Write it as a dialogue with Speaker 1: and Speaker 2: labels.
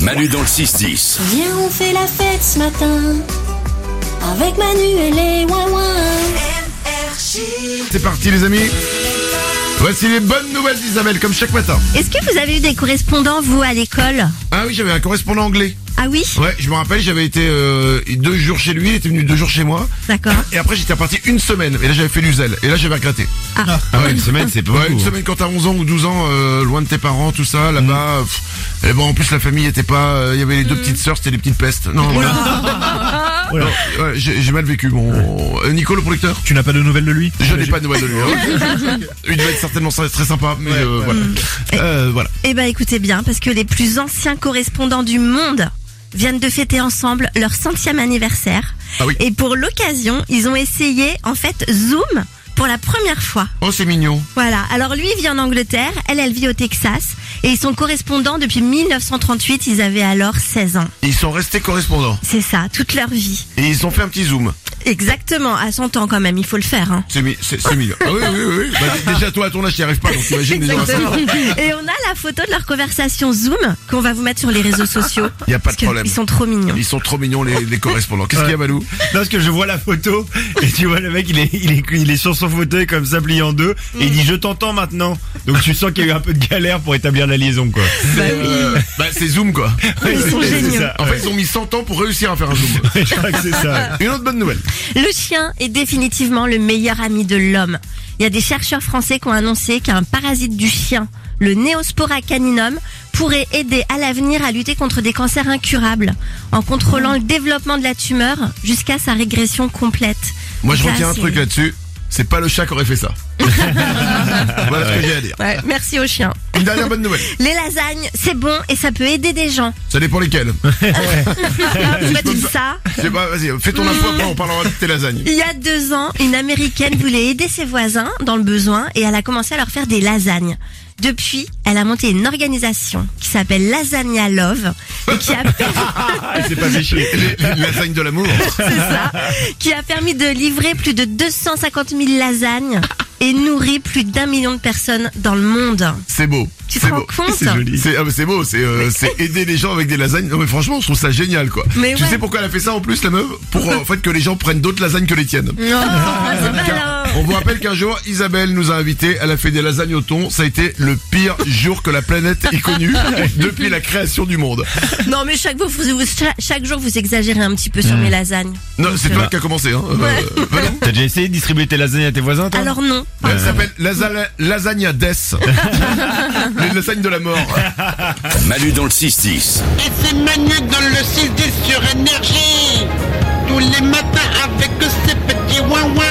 Speaker 1: Manu dans le 6-10.
Speaker 2: Viens, on fait la fête ce matin. Avec Manu et les ouin-ouin.
Speaker 3: C'est parti les amis Voici les bonnes nouvelles d'Isabelle, comme chaque matin.
Speaker 4: Est-ce que vous avez eu des correspondants, vous, à l'école
Speaker 3: Ah oui, j'avais un correspondant anglais.
Speaker 4: Ah oui
Speaker 3: Ouais, je me rappelle, j'avais été euh, deux jours chez lui, il était venu deux jours chez moi.
Speaker 4: D'accord.
Speaker 3: Et après, j'étais parti une semaine, et là j'avais fait l'usel, et là j'avais regretté.
Speaker 4: Ah.
Speaker 3: ouais, une semaine, c'est Ouais, une semaine quand t'as 11 ans ou 12 ans, euh, loin de tes parents, tout ça, là-bas. pff, Et bon, en plus, la famille était pas. euh, Il y avait les deux petites sœurs, c'était les petites pestes. Non, voilà. Non, ouais, j'ai j'ai mal vécu. Bon, Euh, Nico, le producteur
Speaker 5: Tu n'as pas de nouvelles de lui Ah,
Speaker 3: Je n'ai pas de nouvelles de lui. hein. Il devait être certainement très très sympa, mais euh, voilà. Euh, voilà.
Speaker 4: Eh ben, écoutez bien, parce que les plus anciens correspondants du monde viennent de fêter ensemble leur centième anniversaire.
Speaker 3: Ah oui.
Speaker 4: Et pour l'occasion, ils ont essayé, en fait, Zoom pour la première fois.
Speaker 3: Oh, c'est mignon.
Speaker 4: Voilà. Alors lui il vit en Angleterre, elle, elle vit au Texas. Et ils sont correspondants depuis 1938. Ils avaient alors 16 ans.
Speaker 3: Ils sont restés correspondants.
Speaker 4: C'est ça, toute leur vie.
Speaker 3: Et ils ont fait un petit zoom.
Speaker 4: Exactement, à 100 ans quand même, il faut le faire. Hein.
Speaker 3: C'est mi- c'est- c'est mignon. Ah oui, oui, oui. oui. Bah, d- déjà, toi, à ton âge, t'y arrives pas, donc t'imagines les gens à ça.
Speaker 4: Exactement. Et on a la photo de leur conversation Zoom qu'on va vous mettre sur les réseaux sociaux.
Speaker 3: Y a pas de
Speaker 4: Parce que
Speaker 3: problème.
Speaker 4: Ils sont trop mignons.
Speaker 3: Ils sont trop mignons, les, les correspondants. Qu'est-ce
Speaker 5: Ouais.
Speaker 3: qu'il y a, Balou
Speaker 5: Parce que je vois la photo et tu vois le mec il est il est il est sur son fauteuil comme ça plié en deux et il dit je t'entends maintenant. Donc tu sens qu'il y a eu un peu de galère pour établir la liaison quoi.
Speaker 3: Euh, Bah, c'est zoom, quoi.
Speaker 4: Ils sont
Speaker 5: C'est
Speaker 4: géniaux.
Speaker 5: ça.
Speaker 3: En fait, ils ont mis 100 ans pour réussir à faire un zoom.
Speaker 5: Ouais, je crois que c'est ça.
Speaker 3: Une autre bonne nouvelle.
Speaker 4: Le chien est définitivement le meilleur ami de l'homme. Il y a des chercheurs français qui ont annoncé qu'un parasite du chien, le Neospora caninum, pourrait aider à l'avenir à lutter contre des cancers incurables en contrôlant le développement de la tumeur jusqu'à sa régression complète.
Speaker 3: Moi, je
Speaker 4: Ça,
Speaker 3: retiens un
Speaker 4: c'est-
Speaker 3: truc là-dessus. C'est pas le chat qui aurait fait ça. voilà ce que j'ai à dire.
Speaker 4: Ouais, merci au chien.
Speaker 3: Une dernière bonne nouvelle.
Speaker 4: Les lasagnes, c'est bon et ça peut aider des gens.
Speaker 3: Ça dépend lesquelles.
Speaker 4: Pourquoi tu dis ça
Speaker 3: Je sais pas, vas-y, fais ton info après, on parlera de tes lasagnes.
Speaker 4: Il y a deux ans, une américaine voulait aider ses voisins dans le besoin et elle a commencé à leur faire des lasagnes. Depuis, elle a monté une organisation qui s'appelle Lasagna Love et qui a,
Speaker 5: Ah, c'est pas méché.
Speaker 3: Les, les lasagnes de l'amour.
Speaker 4: c'est ça, qui a permis de livrer plus de 250 000 lasagnes et nourrit plus d'un million de personnes dans le monde.
Speaker 3: C'est beau.
Speaker 4: Tu te
Speaker 3: C'est
Speaker 4: rends
Speaker 3: beau.
Speaker 4: compte
Speaker 5: C'est joli.
Speaker 3: C'est ah, mais c'est beau, c'est euh, c'est aider les gens avec des lasagnes. Non mais franchement, je trouve ça génial quoi.
Speaker 4: Mais
Speaker 3: tu
Speaker 4: ouais.
Speaker 3: sais pourquoi elle a fait ça en plus la meuf Pour euh, en fait que les gens prennent d'autres lasagnes que les tiennes.
Speaker 4: Non, Ah, c'est pas
Speaker 3: Car
Speaker 4: là.
Speaker 3: on vous rappelle qu'un jour Isabelle nous a invités, elle a fait des lasagnes au thon, ça a été le pire jour que la planète ait connu depuis la création du monde.
Speaker 4: Non, mais chaque, fois, vous- vous- chaque- chaque jour, vous exagérez un petit peu sur mes lasagnes.
Speaker 3: Non, c'est toi qui a commencé hein. Euh, Valou
Speaker 5: T'as déjà essayé de distribuer tes lasagnes à tes voisins toi
Speaker 4: Alors non.
Speaker 3: Elle s'appelle lasa- lasagne à Death. Les lasagnes de la mort.
Speaker 1: Manu dans le 6-10.
Speaker 6: Et c'est Manu dans le 6 sur énergie Tous les matins avec ses petits ouin ouin